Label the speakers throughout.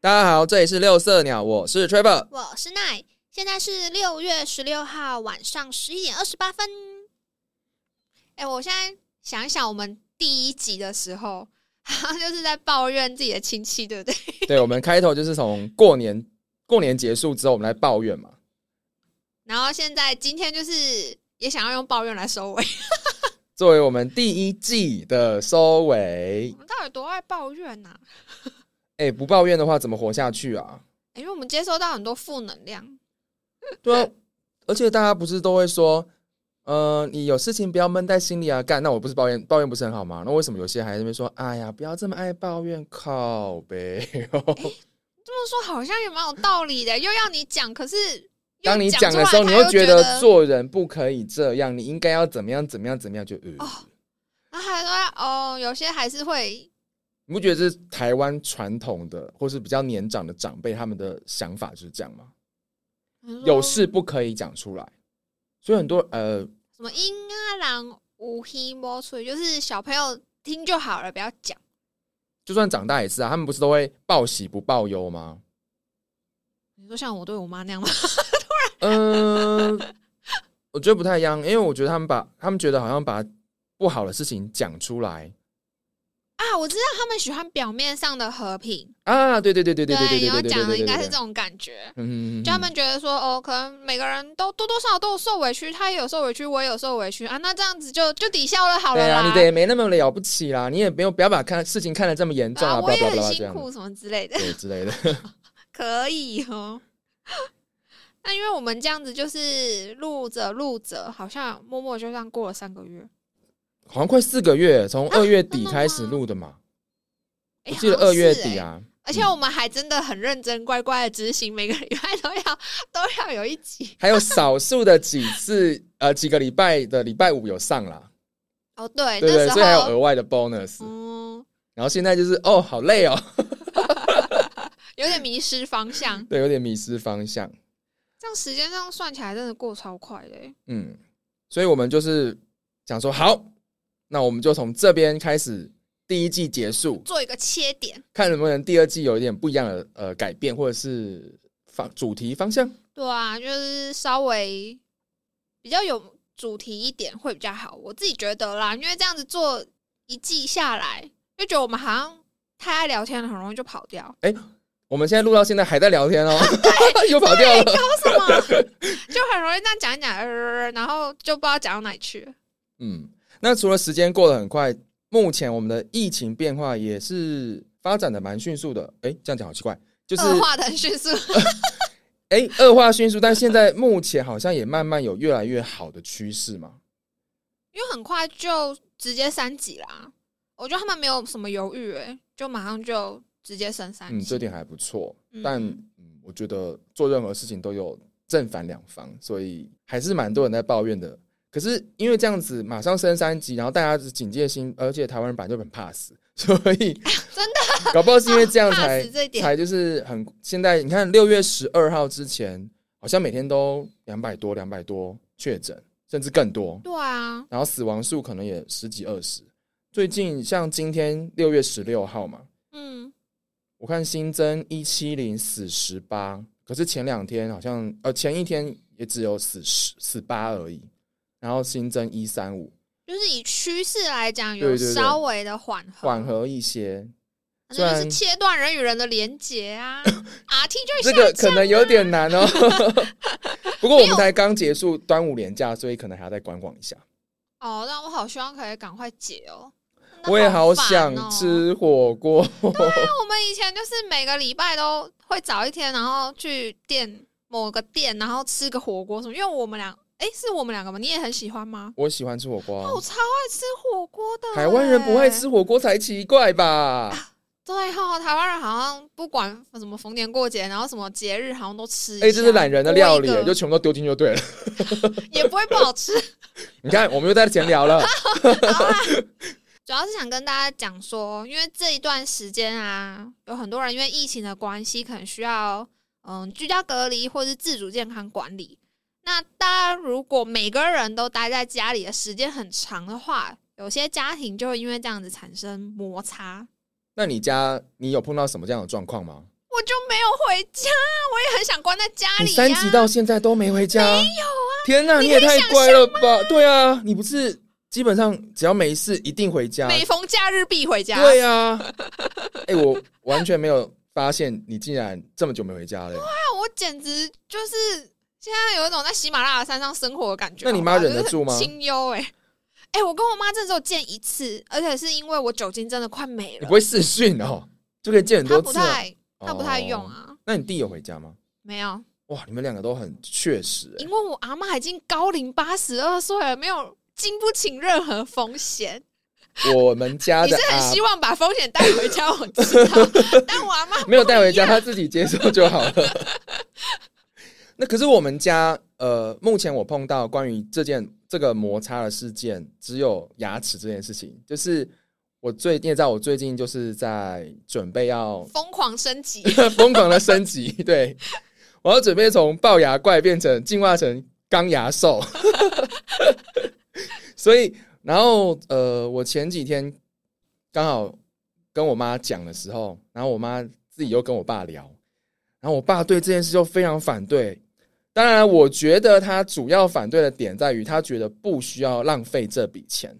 Speaker 1: 大家好，这里是六色鸟，我是 Trevor。
Speaker 2: 我是奈，现在是六月十六号晚上十一点二十八分。哎、我现在想一想，我们第一集的时候， 好像就是在抱怨自己的亲戚，对不对？
Speaker 1: 对，我们开头就是从过年过年结束之后，我们来抱怨嘛。
Speaker 2: 然后现在今天就是也想要用抱怨来收 尾。
Speaker 1: 作为我们第一季的收尾
Speaker 2: 我，们到底多爱抱怨啊呐、
Speaker 1: 哎、不抱怨的话怎么活下去啊？
Speaker 2: 哎因为我们接收到很多负能量。
Speaker 1: 对啊，而且大家不是都会说，呃，你有事情不要闷在心里啊，干。那我不是抱怨，抱怨不是很好吗？那为什么有些还在那边说，哎呀，不要这么爱抱怨，靠 呗。
Speaker 2: 这么说好像也蛮有道理的，又要你讲，可是又
Speaker 1: 当你
Speaker 2: 讲
Speaker 1: 讲
Speaker 2: 出
Speaker 1: 的
Speaker 2: 来
Speaker 1: 时候，你
Speaker 2: 他
Speaker 1: 又
Speaker 2: 又
Speaker 1: 觉
Speaker 2: 得
Speaker 1: 得做人不可以这样，你应该要怎么样怎么样怎么样，就呃。
Speaker 2: 哦啊，还说哦，有些还是会
Speaker 1: 你不觉得这是台湾传统的，或是比较年长的长辈他们的想法就是这样吗？有事不可以讲出来，所以很多呃，
Speaker 2: 什么因啊狼无黑摸出，就是小朋友听就好了，不要讲。
Speaker 1: 就算长大也是啊，他们不是都会报喜不报忧吗？
Speaker 2: 你说像我对我妈那样吗？
Speaker 1: 嗯、我觉得不太一样，因为我觉得他们把他们觉得好像把不好的事情讲出来
Speaker 2: 啊，我知道他们喜欢表面上的和平，
Speaker 1: 啊，对对对对对对对
Speaker 2: 然
Speaker 1: 对对
Speaker 2: 后
Speaker 1: 对
Speaker 2: 讲
Speaker 1: 对
Speaker 2: 的应
Speaker 1: 对
Speaker 2: 该是
Speaker 1: 对
Speaker 2: 这，种感觉。
Speaker 1: 嗯，
Speaker 2: 就他们觉得说，哦，可能每个人都多多少少都有受委屈，他也有受委屈，我也有受委屈啊，那这样子就就抵消了好
Speaker 1: 对
Speaker 2: 了啦。
Speaker 1: 啊，你的也没那么了不起啦，你也不用不要把看事情看得这么严重
Speaker 2: 啊，
Speaker 1: 啊，
Speaker 2: 我
Speaker 1: 不要
Speaker 2: 也
Speaker 1: 不要不
Speaker 2: 很
Speaker 1: 要这
Speaker 2: 辛
Speaker 1: 样，
Speaker 2: 苦什么之类的，
Speaker 1: 对之类的，
Speaker 2: 可以哦。 那因为我们这样子就是录着录着，好像默默就这样过了三个月。
Speaker 1: 好像快四个月，从
Speaker 2: 啊
Speaker 1: 二月底
Speaker 2: 真的
Speaker 1: 开始
Speaker 2: 吗
Speaker 1: 录的嘛，
Speaker 2: 哎
Speaker 1: 我记得
Speaker 2: 好像
Speaker 1: 二月
Speaker 2: 是
Speaker 1: 底
Speaker 2: 哎
Speaker 1: 啊，
Speaker 2: 而且我们还真的很认真乖乖的执行，每个礼拜都要都要有一集。
Speaker 1: 还有少数的几次呃几个礼拜的礼拜五有上啦，
Speaker 2: 哦，对，
Speaker 1: 对不对？
Speaker 2: 那
Speaker 1: 所以还
Speaker 2: 时
Speaker 1: 有
Speaker 2: 候
Speaker 1: 额外的 bonus，
Speaker 2: 嗯，
Speaker 1: 然后现在就是哦好累哦，。
Speaker 2: 有点迷失方向
Speaker 1: 对，有点迷失方向，
Speaker 2: 这样时间上算起来，真的过超快的欸。
Speaker 1: 嗯，所以我们就是想说好，那我们就从这边开始。第一季结束，
Speaker 2: 做一个切点，
Speaker 1: 看能不能第二季有一点不一样的呃改变，或者是方主题方向。
Speaker 2: 对啊，就是稍微比较有主题一点会比较好。我自己觉得啦，因为这样子做一季下来，就觉得我们好像太爱聊天了，很容易就跑 掉。
Speaker 1: 我们现在录到现在还在聊天哦， 又跑掉了。
Speaker 2: 为什么？就很容易这样讲一讲，呃，然后就不知道讲到哪里去了。
Speaker 1: 嗯，那除了时间过得很快，目前我们的疫情变化也是发展的蛮迅速的。诶，这样讲好奇怪，就是
Speaker 2: 恶化的很迅速。
Speaker 1: 诶，恶化迅速，但现在目前好像也慢慢有越来越好的趋势嘛。
Speaker 2: 因为很快就直接三级啦。我觉得他们没有什么犹豫、欸，就马上就直接升三
Speaker 1: 嗯，
Speaker 2: 级。
Speaker 1: 这点还不错。
Speaker 2: 嗯
Speaker 1: 但嗯，我觉得做任何事情都有正反两方，所以还是蛮多人在抱怨的。可是因为这样子马上升三级，然后大家的警戒心，而且台湾人本来就很怕死，所以
Speaker 2: 啊真
Speaker 1: 的搞不好是因为这样
Speaker 2: 怕
Speaker 1: 才
Speaker 2: 死这一点
Speaker 1: 才就是很现在你看六月十二号之前，好像每天都两百多、两百多确诊，甚至更多。
Speaker 2: 对啊，
Speaker 1: 然后死亡数可能也十几二十。最近像今天六月十六号嘛，
Speaker 2: 嗯，
Speaker 1: 我看新增一七零死十八，可是前两天好像呃前一天也只有死十死八而已，然后新增一三五，
Speaker 2: 就是以趋势来讲，
Speaker 1: 对
Speaker 2: 有
Speaker 1: 对对
Speaker 2: 稍微的缓和，
Speaker 1: 缓和一些。
Speaker 2: 那
Speaker 1: 虽
Speaker 2: 就
Speaker 1: 然
Speaker 2: 是切断人与人的连接 啊。RT 就
Speaker 1: 这
Speaker 2: 会
Speaker 1: 个
Speaker 2: 下
Speaker 1: 可
Speaker 2: 降
Speaker 1: 能有点难 哦。不过我们才刚结束端午连假，所以可能还要再观望一下。
Speaker 2: 哦，但我好希望可以赶快解哦。真的
Speaker 1: 我也
Speaker 2: 好
Speaker 1: 好
Speaker 2: 烦哦
Speaker 1: 想。吃火锅，
Speaker 2: 那我们以前就是每个礼拜都会早一天，然后去店某个店，然后吃个火锅什么。因为我们俩，哎、是我们两个吗？你也很喜欢吗？
Speaker 1: 我喜欢吃火锅啊。
Speaker 2: 我哦超爱吃火锅的、欸
Speaker 1: 台湾人不爱。吃火锅才奇怪
Speaker 2: 啊
Speaker 1: 吧？
Speaker 2: 对哈、台湾人好像不管什么逢年过节，然后什么节日，好像都吃一下。
Speaker 1: 哎，这是懒人的料理
Speaker 2: 啊多 一，个
Speaker 1: 就全部都丢进去就对了。
Speaker 2: 也不会不好吃。
Speaker 1: 你看，我们又在闲聊了。
Speaker 2: 好啦主要是想跟大家讲说，因为这一段时间啊，有很多人因为疫情的关系，可能需要嗯居家隔离或是自主健康管理。那大家如果每个人都待在家里的时间很长的话，有些家庭就会因为这样子产生摩擦。
Speaker 1: 那你家你有碰到什么这样的状况吗？
Speaker 2: 我就没有回家，我也很想关在家
Speaker 1: 你
Speaker 2: 里、呀。
Speaker 1: 三级到现在都没回家，没有
Speaker 2: 啊！
Speaker 1: 天哪，你也太乖了吧？对啊，你不是基本上只要没事一定回家，
Speaker 2: 每逢假日必回家。
Speaker 1: 对啊， 哎、我完全没有发现你竟然这么久没回家了。
Speaker 2: 那我简直就是现在有一种在喜马拉雅山上生活的感觉。
Speaker 1: 那你妈
Speaker 2: 好吧
Speaker 1: 忍得住吗
Speaker 2: 就是很清幽哎、哎、我跟我妈这时候见一次，而且是因为我酒精真的快没
Speaker 1: 你
Speaker 2: 了
Speaker 1: 不，会视讯哦，就可以见很
Speaker 2: 她
Speaker 1: 多
Speaker 2: 不
Speaker 1: 次、啊。
Speaker 2: 太她不太用
Speaker 1: 哦。
Speaker 2: 啊，
Speaker 1: 那你弟有回家吗？
Speaker 2: 没有，
Speaker 1: 哇，你们两个都很确实、欸
Speaker 2: 因。为我阿妈已经高龄八十二岁了，没有经不起任何风险。
Speaker 1: 欸我们家
Speaker 2: 你
Speaker 1: 的
Speaker 2: 是很
Speaker 1: 阿
Speaker 2: 希望把风险带回家，我知 道，但我阿妈
Speaker 1: 没有带回家，他自己接受就好了。 那可是我们家呃，目前我碰到关于这件这个摩擦的事件，只有牙齿这件事情。就是我最你也知道，我最近就是在准备要
Speaker 2: 疯狂升级，
Speaker 1: 疯狂的升级，对我要准备从龅牙怪变成进化成钢牙兽， 所以然后呃，我前几天刚好跟我妈讲的时候，然后我妈自己又跟我爸聊，然后我爸对这件事就非常反对。当然，我觉得他主要反对的点在于，他觉得不需要浪费这笔钱，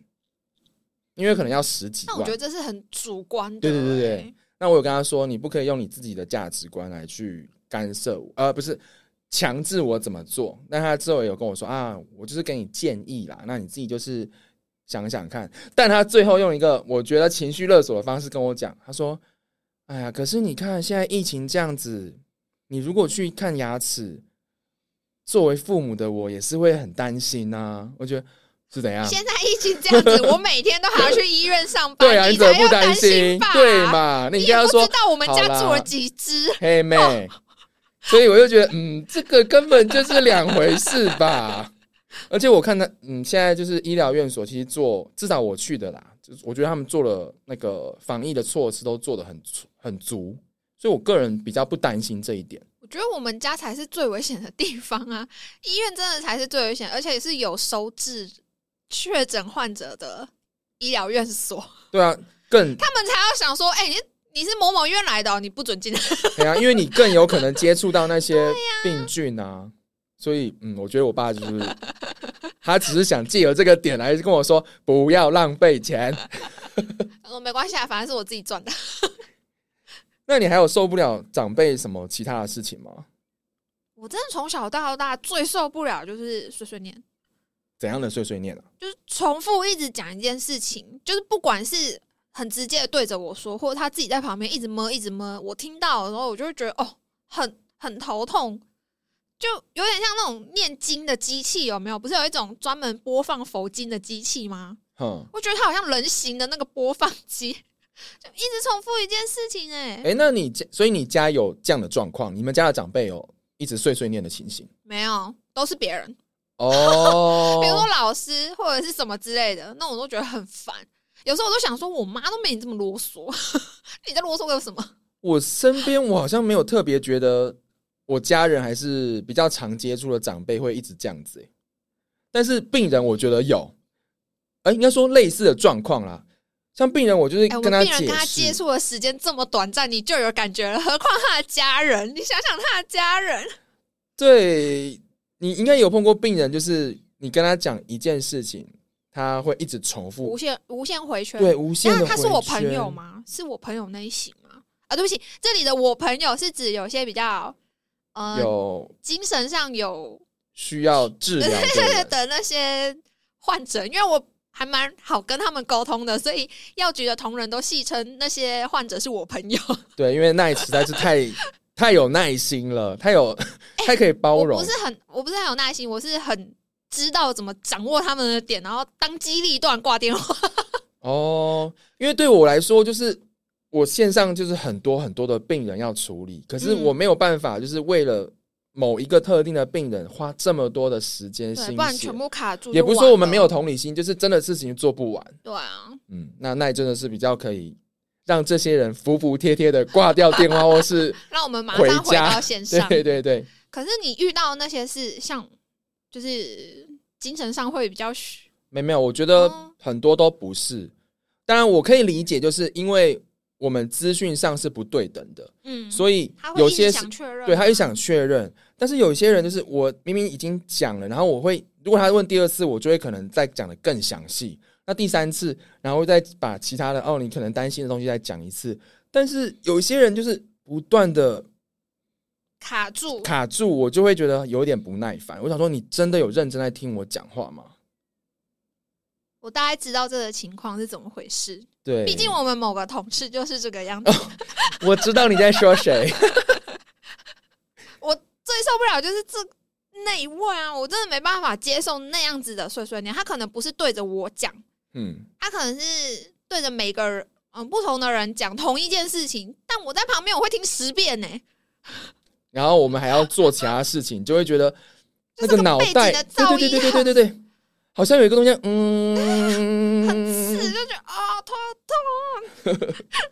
Speaker 1: 因为可能要十几
Speaker 2: 那
Speaker 1: 万。
Speaker 2: 我觉得这是很主观的、
Speaker 1: 对对对对
Speaker 2: 哎
Speaker 1: 那我有跟他说，你不可以用你自己的价值观来去干涉我，呃，不是强制我怎么做。那他之后也有跟我说啊，我就是给你建议啦，那你自己就是想想看。但他最后用一个我觉得情绪勒索的方式跟我讲，他说：“哎呀，可是你看现在疫情这样子，你如果去看牙齿，作为父母的我也是会很担心呐、我觉得是怎样？
Speaker 2: 现在疫情这样子， 我每天都还要去医院上班，
Speaker 1: 对啊，
Speaker 2: 你
Speaker 1: 你怎么
Speaker 2: 才
Speaker 1: 不
Speaker 2: 要担
Speaker 1: 心？
Speaker 2: 吧？
Speaker 1: 对嘛？那
Speaker 2: 你
Speaker 1: 你
Speaker 2: 也
Speaker 1: 跟他
Speaker 2: 不
Speaker 1: 说
Speaker 2: 知道我们
Speaker 1: 好
Speaker 2: 家
Speaker 1: 啦
Speaker 2: 住了几只，
Speaker 1: 嘿妹， 所以我就觉得，嗯，这个根本就是两回事吧。而且我看他，嗯，现在就是医疗院所，其实做至少我去的啦，就是我觉得他们做了那个防疫的措施都做的很足很足，所以我个人比较不担心这一点。
Speaker 2: 我觉得我们家才是最危险的地方啊！医院真的才是最危险，而且是有收治确诊患者的医疗院所，
Speaker 1: 对啊，更
Speaker 2: 他们才要想说，哎、你你是某某医院来的、哦，你不准进来。
Speaker 1: 对啊，因为你更有可能接触到那些病菌啊，所以嗯，我觉得我爸就是他只是想借由这个点来跟我说不要浪费钱。
Speaker 2: 他说没关系啊，反正是我自己赚的。
Speaker 1: 那你还有受不了长辈什么其他的事情吗？
Speaker 2: 我真的从小到大最受不了就是碎碎念。
Speaker 1: 怎样的碎碎念啊？
Speaker 2: 就是重复一直讲一件事情，就是不管是很直接的对着我说，或者他自己在旁边一直摸一直摸，我听到的时候，我就会觉得哦，很很头痛，就有点像那种念经的机器，有没有？不是有一种专门播放佛经的机器吗？
Speaker 1: 哼，
Speaker 2: 我觉得它好像人形的那个播放机，就一直重复一件事情、欸，
Speaker 1: 哎、那你家，所以你家有这样的状况？你们家的长辈有一直碎碎念的情形？
Speaker 2: 没有，都是别人。
Speaker 1: 哦
Speaker 2: 比如说老师或者是什么之类的，那我都觉得很烦。有时候我都想说，我妈都没你这么啰嗦， 你在啰嗦个什么？
Speaker 1: 我身边我好像没有特别觉得我家人还是比较常接触的长辈会一直这样子、欸，但是病人我觉得有，哎、应该说类似的状况啦。像病人，我就是
Speaker 2: 哎、我
Speaker 1: 跟他
Speaker 2: 们病人
Speaker 1: 解
Speaker 2: 跟他
Speaker 1: 释
Speaker 2: 接，触的时间这么短暂，你就有感觉了，何况他的家人？你想想他的家人，
Speaker 1: 对你应该有碰过病人，就是你跟他讲一件事情，他会一直重
Speaker 2: 无
Speaker 1: 复，
Speaker 2: 限无限回圈。
Speaker 1: 对，无限
Speaker 2: 那
Speaker 1: 的。
Speaker 2: 他是我朋友？吗？是我朋友那一型吗？啊，对不起，这里的我朋友是指有些比较呃
Speaker 1: 有
Speaker 2: 精神上有
Speaker 1: 需要治疗的人
Speaker 2: 的那些患者，因为我还蛮好跟他们沟通的，所以药局的同仁都戏称那些患者是我朋友。
Speaker 1: 对，因为奈实在是 太太有耐心了，太有太可以包
Speaker 2: 我
Speaker 1: 容
Speaker 2: 不是。很，我不是很有耐心，我是很知道怎么掌握他们的点，然后当机立断挂电话。
Speaker 1: 哦，因为对我来说，就是我线上就是很多很多的病人要处理，可是
Speaker 2: 嗯
Speaker 1: 我没有办法，就是为了某一个特定的病人花这么多的时间
Speaker 2: 对，
Speaker 1: 心
Speaker 2: 不然
Speaker 1: 血
Speaker 2: 全。部卡住。
Speaker 1: 也不是说我们没有。同理心，就是真的事情做不完。
Speaker 2: 对啊，
Speaker 1: 嗯，那奈真的是比较可以让这些人服服帖帖的挂掉电话，或 是
Speaker 2: 让我们马上
Speaker 1: 回
Speaker 2: 回
Speaker 1: 家
Speaker 2: 到线上。
Speaker 1: 对对对，
Speaker 2: 可是你遇到那些是像，就是精神上会比较虚
Speaker 1: 没没有，我觉得
Speaker 2: 哦
Speaker 1: 很多都不是。当然，我可以理解，就是因为我们资讯上是不对等的，
Speaker 2: 嗯，
Speaker 1: 所以
Speaker 2: 他会
Speaker 1: 有
Speaker 2: 一直
Speaker 1: 些是
Speaker 2: 想确认，
Speaker 1: 对他也想，确认，但是有一些人就是我明明已经讲了，然后我会如果他问第二次，我就会可能再讲的更详细，那第三次，然后再把其他的哦你可能担心的东西再讲一次，但是有一些人就是不断的
Speaker 2: 卡住，
Speaker 1: 卡住，我就会觉得有点不耐烦，我想说你真的有认真在听我讲话吗？
Speaker 2: 我大概知道这个情况是怎么回事。
Speaker 1: 对，
Speaker 2: 毕竟我们某个同事就是这个 样子。
Speaker 1: 我知道你在说谁，
Speaker 2: 最受不了就是这内问啊，我真的没办法接受那样子的碎碎念。他可能不是对着我讲，
Speaker 1: 嗯，
Speaker 2: 他可能是对着每个人嗯不同的人讲同一件事情，但我在旁边我会听十遍欸呢、
Speaker 1: 然后我们还要做其他事情，就会觉得那
Speaker 2: 就
Speaker 1: 个
Speaker 2: 是那个
Speaker 1: 脑
Speaker 2: 背景
Speaker 1: 袋，
Speaker 2: 的噪
Speaker 1: 对对对对对对对，好像有一个东西，嗯，
Speaker 2: 很刺，就觉得啊、哦、头 痛，可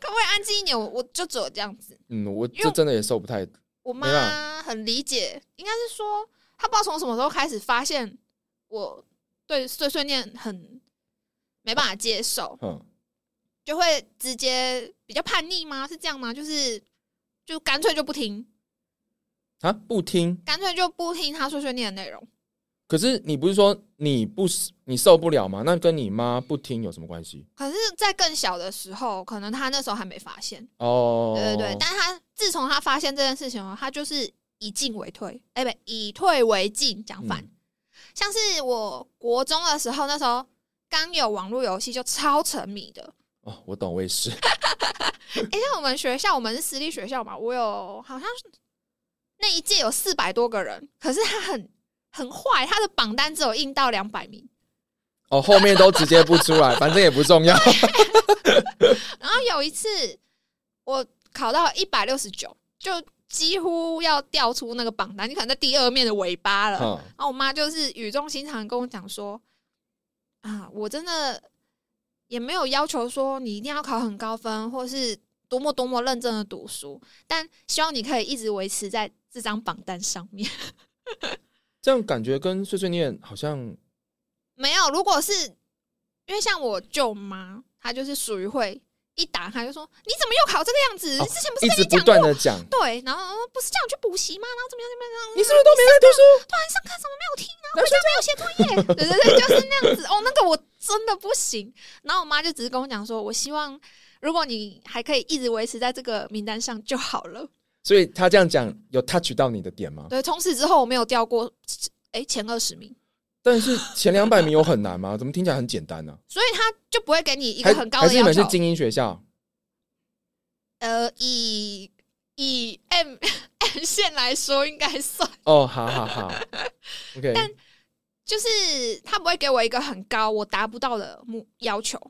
Speaker 2: 不可以安静一点？我我就只有这样子。
Speaker 1: 嗯，我
Speaker 2: 因为
Speaker 1: 这真的也受不太，
Speaker 2: 我
Speaker 1: 没办
Speaker 2: 妈很理解，应该是说她不知道从什么时候开始发现我对碎碎念很没办法接受，
Speaker 1: 嗯，
Speaker 2: 就会直接比较叛逆吗？是这样吗？就是就干脆就不听，
Speaker 1: 啊，不听。
Speaker 2: 干脆就不听她碎碎念的内容。
Speaker 1: 可是你不是说你不你受不了吗？那跟你妈不听有什么关系？
Speaker 2: 可是，在更小的时候，可能她那时候还没发现，
Speaker 1: 哦，
Speaker 2: 对对对。但她自从她发现这件事情后，她就是以进为退，哎、不，以退为进，讲反。
Speaker 1: 嗯
Speaker 2: 像是我国中的时候，那时候刚有网络游戏，就超沉迷的。
Speaker 1: 哦，我懂，我也是，
Speaker 2: 哎、像我们学校，我们是私立学校嘛，我有好像是那一届有四百多个人，可是他很很坏，他的榜单只有印到两百名。
Speaker 1: 哦，后面都直接不出来，反正也不 重要，
Speaker 2: 然后有一次我考到一百六十九，就几乎要调出那个榜单，你可能在第二面的尾巴了。
Speaker 1: 嗯，
Speaker 2: 然后啊我妈就是语重心长地跟我讲说：“啊，我真的也没有要求说你一定要考很高分，或是多么多么认真的读书，但希望你可以一直维持在这张榜单上面。
Speaker 1: 这样感觉跟碎碎念好像，
Speaker 2: 没有，如果是因为像我舅妈，她就是属于会一打她就说：你怎么又考这个样子？
Speaker 1: 哦
Speaker 2: 之前不
Speaker 1: 一
Speaker 2: 是
Speaker 1: 直
Speaker 2: 跟你
Speaker 1: 不
Speaker 2: 讲
Speaker 1: 断
Speaker 2: 过？”
Speaker 1: 的讲，
Speaker 2: 对，然后呃不是叫你去补习吗？然后怎么样怎么样？然后
Speaker 1: 你是不是都没在读书？
Speaker 2: 突然上课怎么没有听？然后回家没有写作业？ 对对对，就是那样子。哦，那个我真的不行。然后我妈就只是跟我讲说，我希望如果你还可以一直维持在这个名单上就好了。
Speaker 1: 所以他这样讲有 touch 到你的点吗？
Speaker 2: 对，从此之后我没有掉过诶前二十名，
Speaker 1: 但是前两百名有很难吗？怎么听起来很简单呢、啊
Speaker 2: 所以他就不会给你一
Speaker 1: 还
Speaker 2: 个很高
Speaker 1: 还
Speaker 2: 的
Speaker 1: 是你
Speaker 2: 要
Speaker 1: 们是
Speaker 2: 求。
Speaker 1: 精英学校？
Speaker 2: 呃，以以 M M 线来说，应该算
Speaker 1: 哦，好好好 ，OK，
Speaker 2: 就是他不会给我一个很高我达不到的目要求。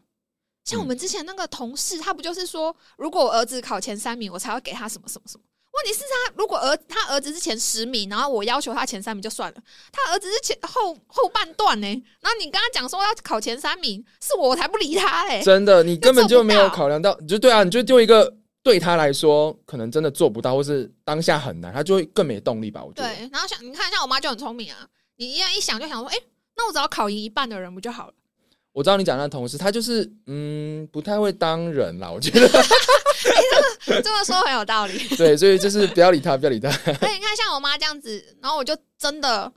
Speaker 2: 像我
Speaker 1: 嗯
Speaker 2: 们之前那个同事，他不就是说，如果我儿子考前三名，我才会给他什么什么什么？问题是他如果儿他儿子是前十名，然后我要求他前三名就算了，他儿子是前后后半段呢、然后你跟他讲说要考前三名，是我我才不理他欸嘞、
Speaker 1: 真的，你根本就没
Speaker 2: 哎做
Speaker 1: 有
Speaker 2: 不到
Speaker 1: 考量到，你就对啊，你就丢一个对他来说可能真的做不到，或是当下很难，他就会更没动力吧？我觉得，
Speaker 2: 对，然后想你看，像我妈就很聪明啊，你一样一想就想说，哎、那我只要考赢一半的人不就好了？
Speaker 1: 我知道你讲那同事，他就是嗯不太会当人啦，我觉 得
Speaker 2: 这么说很有道理。
Speaker 1: 对，所以就是不要理他，不要理他。
Speaker 2: 所哎以你看，像我妈这样子，然后我就真的，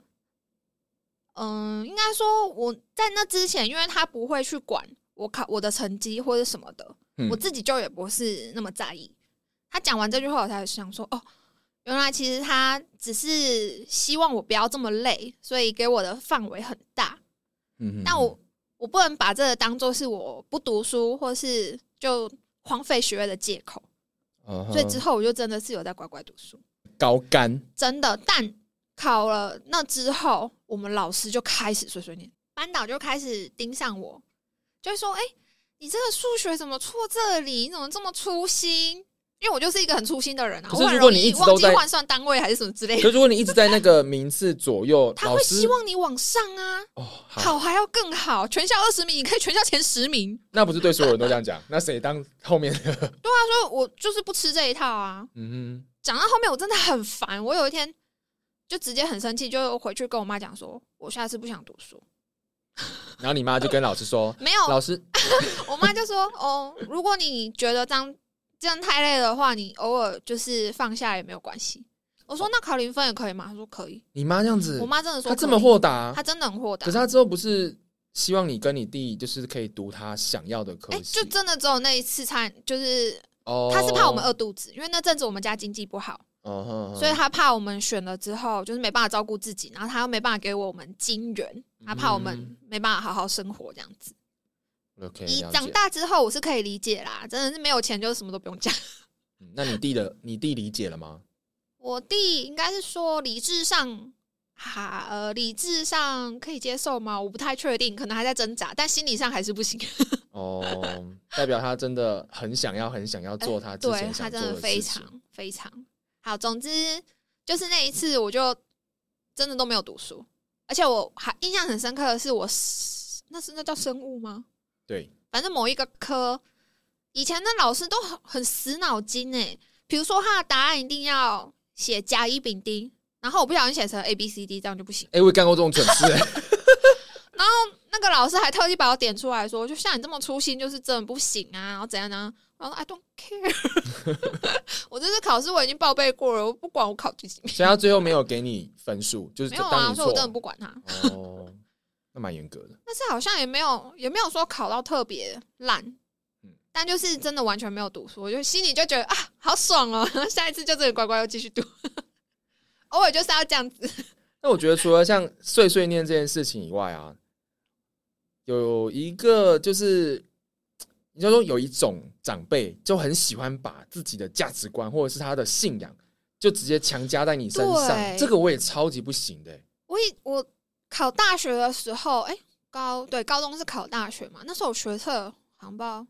Speaker 2: 嗯、应该说我在那之前，因为她不会去管我考我的成绩或者什么的，
Speaker 1: 嗯
Speaker 2: 我自己就也不是那么在意。她讲完这句话，我才想说，哦，原来其实她只是希望我不要这么累，所以给我的范围很大。
Speaker 1: 嗯，
Speaker 2: 但我我不能把这个当做是我不读书或是就荒废学业的借口，
Speaker 1: 嗯哼
Speaker 2: 所以之后我就真的是有在乖乖读书。
Speaker 1: 高干
Speaker 2: 真的，但考了那之后，我们老师就开始碎碎念，班导就开始盯上我，就会说：“哎、你这个数学怎么错这里？你怎么这么粗心？”因为我就是一个很粗心的人啊，
Speaker 1: 可是
Speaker 2: 我很
Speaker 1: 如果
Speaker 2: 容
Speaker 1: 你一
Speaker 2: 易
Speaker 1: 直都
Speaker 2: 忘记
Speaker 1: 在
Speaker 2: 换算单位还是什么之类
Speaker 1: 可
Speaker 2: 的。
Speaker 1: 是如果你一直在那个名次左右，
Speaker 2: 他
Speaker 1: 老
Speaker 2: 会
Speaker 1: 师
Speaker 2: 希望你往上啊，
Speaker 1: 哦好，
Speaker 2: 好还要更好，全校二十名，你可以全校前十名。
Speaker 1: 那不是对所有人都这样讲，那谁当后面 的？
Speaker 2: 他说我就是不吃这一套啊。
Speaker 1: 嗯
Speaker 2: 讲到后面我真的很烦，我有一天就直接很生气，就回去跟我妈讲说，我下次不想读书。
Speaker 1: 哼，然后你妈就跟老师说
Speaker 2: 没有，
Speaker 1: 老师
Speaker 2: 我妈就说：“哦，如果你觉得这样这样太累的话，你偶尔就是放下也没有关系。我说那考零分也可以吗？他说可以。
Speaker 1: 你妈这样子
Speaker 2: 我，妈真的说
Speaker 1: 哦她这
Speaker 2: 可
Speaker 1: 么
Speaker 2: 以，
Speaker 1: 豁达
Speaker 2: 她，真的很豁达
Speaker 1: 可是。她之后不是希望你跟你弟就是可以读她想要的科
Speaker 2: 哎、
Speaker 1: 系
Speaker 2: 就，真的只有那一次餐，就是
Speaker 1: 哦，
Speaker 2: 他是怕我们饿肚子，因为那阵子我们家经济不好，
Speaker 1: 哦，哼哼
Speaker 2: 所以他怕我们选了之后就是没办法照顾自己，然后他又没办法给我们金元，他怕我们
Speaker 1: 嗯
Speaker 2: 没办法好好生活这样子。
Speaker 1: OK，
Speaker 2: 以
Speaker 1: 了
Speaker 2: 长
Speaker 1: 解。
Speaker 2: 大之后，我是可以理解啦，真的是没有钱就什么都不用讲。
Speaker 1: 嗯那你弟的，你弟理解了吗？
Speaker 2: 我弟应该是说理智上。哈、呃，理智上可以接受吗？我不太确定，可能还在挣扎，但心理上还是不行。
Speaker 1: 哦，代表他真的很想要，很想要做他之
Speaker 2: 哎对
Speaker 1: 前
Speaker 2: 他
Speaker 1: 想做
Speaker 2: 真的
Speaker 1: 事
Speaker 2: 非
Speaker 1: 情
Speaker 2: 常非常好。总之就是那一次，我就真的都没有读书，而且我还印象很深刻的是我，是那是那叫生物吗？
Speaker 1: 对，
Speaker 2: 反正某一个科，以前的老师都很很死脑筋诶，比如说他的答案一定要写甲乙丙丁，然后我不小心写成 A B C D，这样就不行。
Speaker 1: 哎、我也干过这种蠢事、欸，
Speaker 2: 那个老师还特地把我点出来说，就像你这么粗心，就是真的不行啊，然后怎样呢？然后 I don't care，我 这次考试我已经报备过了，我不管我考第几名，
Speaker 1: 所以他最后没有给你分数，就是
Speaker 2: 没有
Speaker 1: 当
Speaker 2: 啊，
Speaker 1: 你
Speaker 2: 所以
Speaker 1: 做
Speaker 2: 我真的不管他。
Speaker 1: 哦，那蛮严格的。
Speaker 2: 但是好像也没有也没有说考到特别烂
Speaker 1: 嗯，
Speaker 2: 但就是真的完全没有读书，我就心里就觉得啊，好爽哦， 下一次就真的乖乖又继续读， 偶尔就是要这样子。
Speaker 1: 那我觉得除了像碎碎念这件事情以外啊，有一个就是，你就说有一种长辈就很喜欢把自己的价值观或者是他的信仰，就直接强加在你身上，
Speaker 2: 对
Speaker 1: 这个我也超级不行的欸、
Speaker 2: 我以我考大学的时候，哎、高对高中是考大学嘛，那时候我学测航报，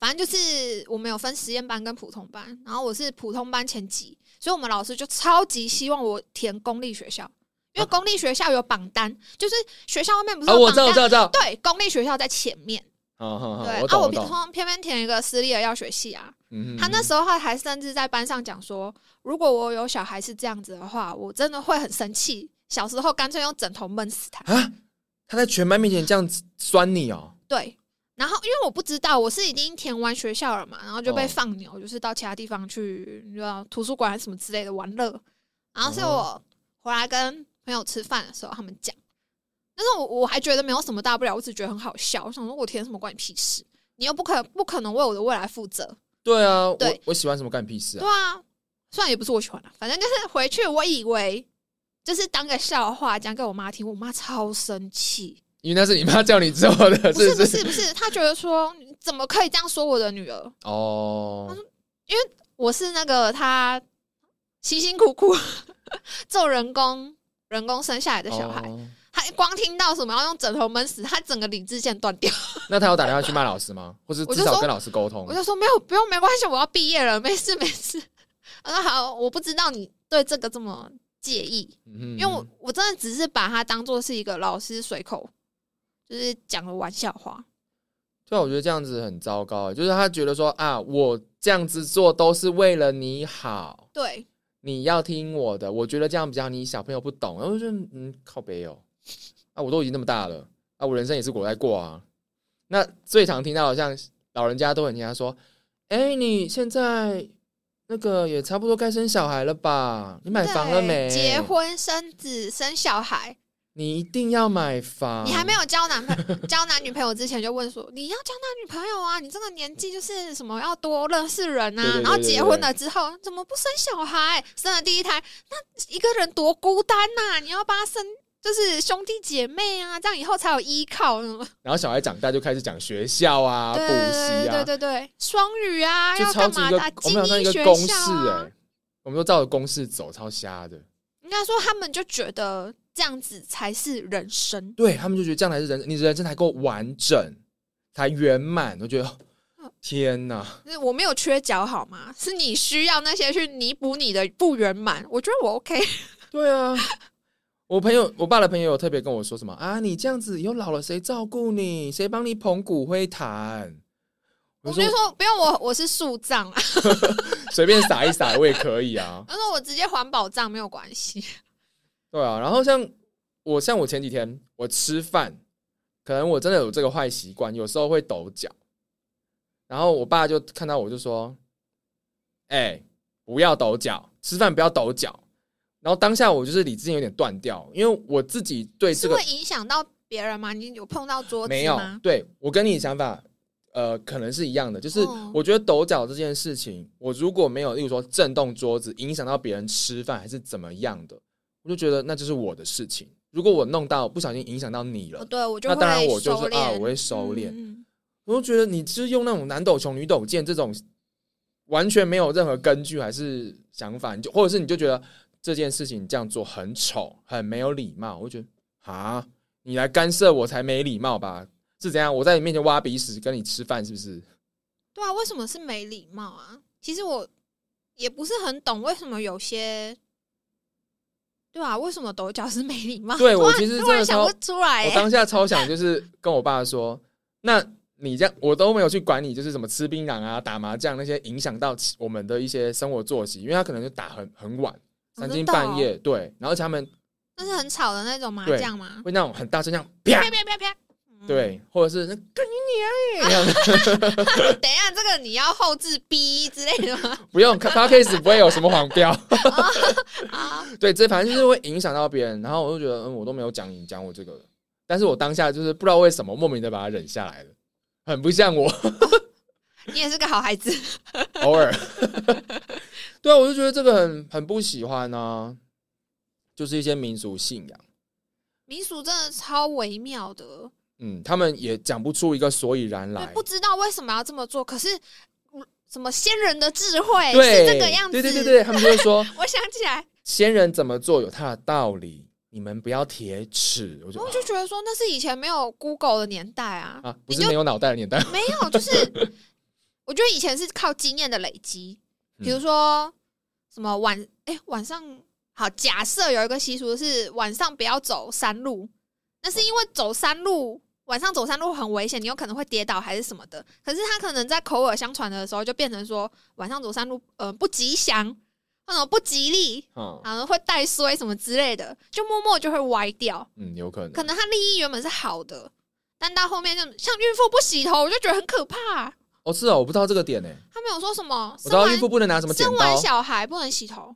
Speaker 2: 反正就是我们有分实验班跟普通班，然后我是普通班前几，所以我们老师就超级希望我填公立学校，因为公立学校有榜单，就是学校外面不是
Speaker 1: 啊，
Speaker 2: 有
Speaker 1: 我
Speaker 2: 榜
Speaker 1: 知道，
Speaker 2: 单，
Speaker 1: 我知道，我知道。
Speaker 2: 对，公立学校在前面，
Speaker 1: 好好好，
Speaker 2: 对，
Speaker 1: 我
Speaker 2: 啊，
Speaker 1: 懂，
Speaker 2: 我
Speaker 1: 我
Speaker 2: 偏
Speaker 1: 懂。
Speaker 2: 偏偏偏填一个私立的药学系啊，
Speaker 1: 嗯哼
Speaker 2: 他那时候还甚至在班上讲说，如果我有小孩是这样子的话，我真的会很生气。小时候干脆用枕头闷死他。
Speaker 1: 啊，他在全班面前这样子酸你哦，
Speaker 2: 对，然后因为我不知道，我是已经填完学校了嘛，然后就被
Speaker 1: 哦
Speaker 2: 放牛，就是到其他地方去，你知道图书馆还是什么之类的玩乐。然后是我回来跟朋友吃饭的时候，他们讲，但是我我还觉得没有什么大不了，我只觉得很好笑。我想说，我填什么关你屁事？你又不可不可能为我的未来负责，
Speaker 1: 对啊，
Speaker 2: 对
Speaker 1: 我我喜欢什么干屁事
Speaker 2: 对
Speaker 1: 啊？
Speaker 2: 啊，虽然也不是我喜欢的、啊反正就是回去我以为就是当个笑话讲给我妈听，我妈超生气。
Speaker 1: 因为那是你妈叫你做的，
Speaker 2: 不是
Speaker 1: 不
Speaker 2: 不是不是，她觉得说你怎么可以这样说我的女儿？
Speaker 1: 哦，
Speaker 2: 我是那个她辛辛苦 苦做人工人工生下来的小孩，
Speaker 1: 哦
Speaker 2: 她光听到什么要用枕头闷死，她整个理智线断掉。
Speaker 1: 那他有打电话去骂老师吗？或是
Speaker 2: 我
Speaker 1: 至
Speaker 2: 就
Speaker 1: 少
Speaker 2: 说
Speaker 1: 跟老师沟通
Speaker 2: 我？就说没有不用没关系，我要毕业了，没事没事。 我说好，我不知道你对这个这么介意。
Speaker 1: 因
Speaker 2: 因为我我真的只是把它当做是一个老师随口就是讲的玩笑话，
Speaker 1: 对啊，我觉得这样子很糟糕，就是他觉得说啊，我这样子做都是为了你好，
Speaker 2: 对，
Speaker 1: 你要听我的，我觉得这样比较你小朋友不懂，然后我就觉得嗯靠北哦，啊我都已经那么大了，啊我人生也是我在过啊。那最常听到好像老人家都很听他说，哎、你现在那个也差不多该生小孩了吧？你买房了
Speaker 2: 对
Speaker 1: 没？
Speaker 2: 结？婚、生子、生小孩，
Speaker 1: 你一定要买房？
Speaker 2: 你还没有交男朋 交男女朋友之前就问说你要交男女朋友啊，你这个年纪就是什么要多认识人啊，
Speaker 1: 对对对
Speaker 2: 然后
Speaker 1: 对
Speaker 2: 结
Speaker 1: 对
Speaker 2: 婚
Speaker 1: 对
Speaker 2: 了之后怎么不生小孩？生了第一胎，那一个人多孤单呐、你要帮他生。就是兄弟姐妹啊，这样以后才有依靠，什嗯么
Speaker 1: 然后小孩长大就开始讲学校啊、补
Speaker 2: 对
Speaker 1: 习
Speaker 2: 对
Speaker 1: 啊，
Speaker 2: 对对对，双语啊，
Speaker 1: 就
Speaker 2: 要
Speaker 1: 超
Speaker 2: 干
Speaker 1: 级
Speaker 2: 嘛
Speaker 1: 一
Speaker 2: 的
Speaker 1: 个
Speaker 2: 啊？
Speaker 1: 我
Speaker 2: 精
Speaker 1: 们好像
Speaker 2: 英
Speaker 1: 一个
Speaker 2: 学
Speaker 1: 公
Speaker 2: 校
Speaker 1: 式哎、
Speaker 2: 啊
Speaker 1: 我们都照着公式走，超瞎的。
Speaker 2: 应该说他们就觉得这样子才是人生。
Speaker 1: 对他们就觉得这样才是人，你人生才够完整，才圆满。我觉得
Speaker 2: 嗯
Speaker 1: 天 哪，
Speaker 2: 就是我没有缺角好吗？是你需要那些去弥补你的不圆满。我觉得我 OK，
Speaker 1: 对啊，我朋友，我爸的朋友有特别跟我说什么啊，你这样子以后老了谁照顾你？谁帮你捧骨灰坛？
Speaker 2: 我
Speaker 1: 我
Speaker 2: 就
Speaker 1: 说
Speaker 2: 说不用我，我是树葬啊。
Speaker 1: 随便撒一撒我也可以啊。
Speaker 2: 他说我直接环保葬没有关系。
Speaker 1: 对啊，然后像我像我前几天我吃饭，可能我真的有这个坏习惯，有时候会抖脚。然后我爸就看到我就说：“哎、不要抖脚，吃饭不要抖脚。然后当下我就是理智有点断掉，因为我自己对
Speaker 2: 是
Speaker 1: 这个
Speaker 2: 会影响到别人吗？你有碰到桌子
Speaker 1: 没有
Speaker 2: 吗，？
Speaker 1: 对我跟你想法，呃，可能是一样的，就是
Speaker 2: 哦
Speaker 1: 我觉得抖脚这件事情，我如果没有，例如说震动桌子，影响到别人吃饭还是怎么样的，我就觉得那就是我的事情。如果我弄到不小心影响到你
Speaker 2: 哦
Speaker 1: 了，
Speaker 2: 对，我就
Speaker 1: 那当然
Speaker 2: 会
Speaker 1: 我就
Speaker 2: 收
Speaker 1: 是啊，
Speaker 2: 敛
Speaker 1: 我会收敛。
Speaker 2: 嗯
Speaker 1: 我就觉得你就是用那种男抖穷女抖贱这种完全没有任何根据还是想法，你就或者是你就觉得这件事情这样做很丑，很没有礼貌。我就觉得啊，你来干涉我才没礼貌吧？是怎样？我在你面前挖鼻屎跟你吃饭是不是？
Speaker 2: 对啊，为什么是没礼貌啊？其实我也不是很懂为什么有些，对啊，为什么抖脚是没礼貌？
Speaker 1: 对
Speaker 2: 突
Speaker 1: 我
Speaker 2: 然
Speaker 1: 其实
Speaker 2: 突
Speaker 1: 真
Speaker 2: 然
Speaker 1: 的
Speaker 2: 想
Speaker 1: 超
Speaker 2: 不出来、
Speaker 1: 我
Speaker 2: 欸，
Speaker 1: 当下超想就是跟我爸说， 那你这样我都没有去管你，就是什么吃槟榔啊、打麻将那些影响到我们的一些生活作息，因为他可能就打很很晚，
Speaker 2: 哦
Speaker 1: 三
Speaker 2: 真
Speaker 1: 更
Speaker 2: 的
Speaker 1: 半
Speaker 2: 哦
Speaker 1: 夜，对，然后而且他们
Speaker 2: 那是很吵的那种麻
Speaker 1: 对
Speaker 2: 将吗？
Speaker 1: 会那种很大声，这样啪
Speaker 2: 啪，啪啪啪！嗯，
Speaker 1: 对，或者是那干你娘欸 耶，
Speaker 2: 等一下，这个你要后置 B 之类的吗？
Speaker 1: 不用 p a c a s e 不会有什么黄标，
Speaker 2: 啊，
Speaker 1: 对，这反正就是会影响到别人。然后我就觉得，嗯，我都没有讲你讲我这个，但是我当下就是不知道为什么莫名的把它忍下来了，很不像 我，
Speaker 2: 你也是个好孩子。
Speaker 1: 偶尔， 对啊，我就觉得这个很很不喜欢啊，就是一些民俗信仰，
Speaker 2: 民俗真的超微妙的，
Speaker 1: 嗯，他们也讲不出一个所以然
Speaker 2: 对
Speaker 1: 来，，
Speaker 2: 不知道为什么要这么做，可是嗯什么先人的智慧
Speaker 1: 对，
Speaker 2: 是这个样子，
Speaker 1: 对对对对，他们就会说。
Speaker 2: 我想起来，
Speaker 1: 先人怎么做有他的道理，你们不要铁齿。我就
Speaker 2: 我就觉得说那是以前没有 Google 的年代啊，
Speaker 1: 啊，不
Speaker 2: 你
Speaker 1: 是
Speaker 2: 就
Speaker 1: 没有脑袋的年代，
Speaker 2: 没有，就是我觉得以前是靠经验的累积，比如说什么晚哎、晚上好，假设有一个习俗是晚上不要走山路，那是因为走山路。晚上走山路很危险，你有可能会跌倒还是什么的。可是他可能在口耳相传的时候，就变成说晚上走山路，呃，不吉祥，那种不吉利，
Speaker 1: 嗯
Speaker 2: 然后会带衰什么之类的，就默默就会歪掉。
Speaker 1: 嗯，有可能，
Speaker 2: 可能他利益原本是好的，但到后面就像孕妇不洗头，我就觉得很可怕、
Speaker 1: 哦是哦，我不知道这个点呢，
Speaker 2: 他没有说什么
Speaker 1: 我知
Speaker 2: 生
Speaker 1: 道
Speaker 2: 完
Speaker 1: 孕妇不能拿什么剪
Speaker 2: 生完
Speaker 1: 刀。
Speaker 2: 小孩不能洗头，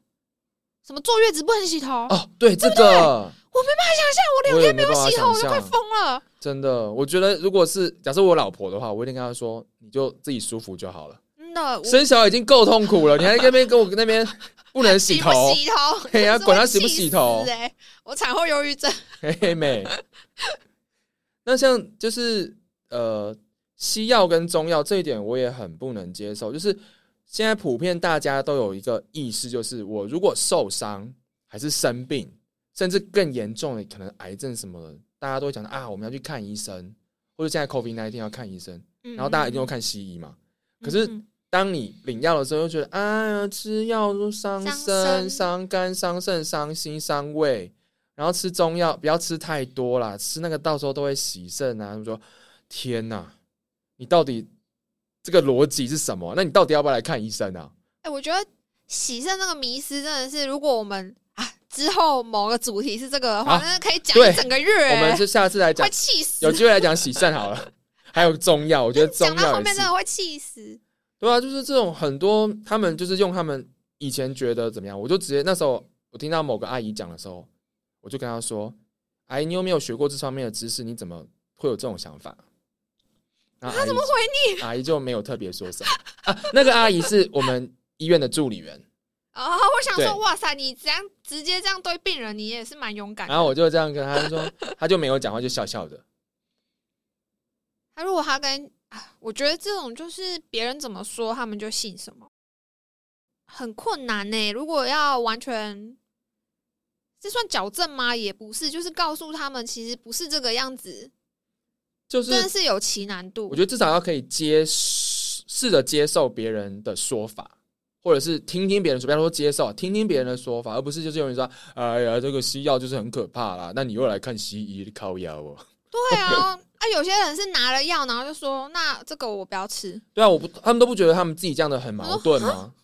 Speaker 2: 什么坐月子不能洗头，
Speaker 1: 哦，对这个，
Speaker 2: 我没办法想象，我两
Speaker 1: 我也
Speaker 2: 天
Speaker 1: 没
Speaker 2: 没
Speaker 1: 办
Speaker 2: 有
Speaker 1: 法
Speaker 2: 洗头，
Speaker 1: 想
Speaker 2: 我就快
Speaker 1: 象，
Speaker 2: 疯了。
Speaker 1: 真的，我觉得如果是假设我老婆的话，我一定跟她说，你就自己舒服就好了。
Speaker 2: 真的，我
Speaker 1: 生小孩已经够痛苦了，你还在那边跟我那边不能洗头，
Speaker 2: 不洗头，
Speaker 1: 嘿呀
Speaker 2: 真是
Speaker 1: 管他
Speaker 2: 会
Speaker 1: 洗不
Speaker 2: 气
Speaker 1: 洗头
Speaker 2: 死欸我产后忧郁症，
Speaker 1: 嘿嘿妹。那像就是呃，西药跟中药这一点我也很不能接受，就是现在普遍大家都有一个意识，就是我如果受伤还是生病，甚至更严重的可能癌症什么的，大家都会讲啊，我们要去看医生，或者现在 COVID 那一定要看医生，
Speaker 2: 然
Speaker 1: 然后大家一定都看西医嘛。可是
Speaker 2: 嗯
Speaker 1: 当你领药的时候，又觉得啊，吃药都伤
Speaker 2: 伤
Speaker 1: 身、
Speaker 2: 身
Speaker 1: 伤肝、伤肾、伤心、伤胃，然后吃中药不要吃太多啦，吃那个到时候都会洗肾啊。他们说，天哪，你到底这个逻辑是什么？那你到底要不要来看医生啊？
Speaker 2: 哎、我觉得洗肾那个迷思真的是，如果我们啊之后某个主题是这个的话，
Speaker 1: 啊
Speaker 2: 那可以讲
Speaker 1: 对
Speaker 2: 一整个月、欸，
Speaker 1: 我们就下次来讲
Speaker 2: 会，气死
Speaker 1: 有。机会来讲洗肾好了。 还有中药，我觉得中
Speaker 2: 讲到
Speaker 1: 药
Speaker 2: 后
Speaker 1: 也
Speaker 2: 面
Speaker 1: 是
Speaker 2: 真，的会气死。
Speaker 1: 对啊，就是这种很多他们就是用他们以前觉得怎么样，我就直接那时候我听到某个阿姨讲的时候，我就跟她说：“阿姨，你有没有学过这方面的知识？你怎么会有这种想法？”她啊怎么回你？ 阿姨就没有特别说什么啊。那个阿姨是我们医院的助理员，
Speaker 2: 然后哦我想
Speaker 1: 对
Speaker 2: 说，哇塞，你这样直接这样对病人，你也是蛮勇敢的
Speaker 1: 然。后我就这样跟她说，她就没有讲话，就笑笑的。
Speaker 2: 他如果他跟，啊我觉得这种就是别人怎么说，他们就信什么，很困难呢、如果要完全，这算矫正吗？也不是，就是告诉他们其实不是这个样子，
Speaker 1: 就是
Speaker 2: 真的是有其难度。
Speaker 1: 我觉得至少要可以接试着接受别人的说法，或者是听听别人说，不要说接受，啊听听别人的说法，而不是就是有人说，哎呀，这个西药就是很可怕啦，那你又来看西医靠药哦。
Speaker 2: 对啊，啊，有些人是拿了药，然后就说那这个我不要吃，
Speaker 1: 对啊，我不，他们都不觉得他们自己这样的很矛盾吗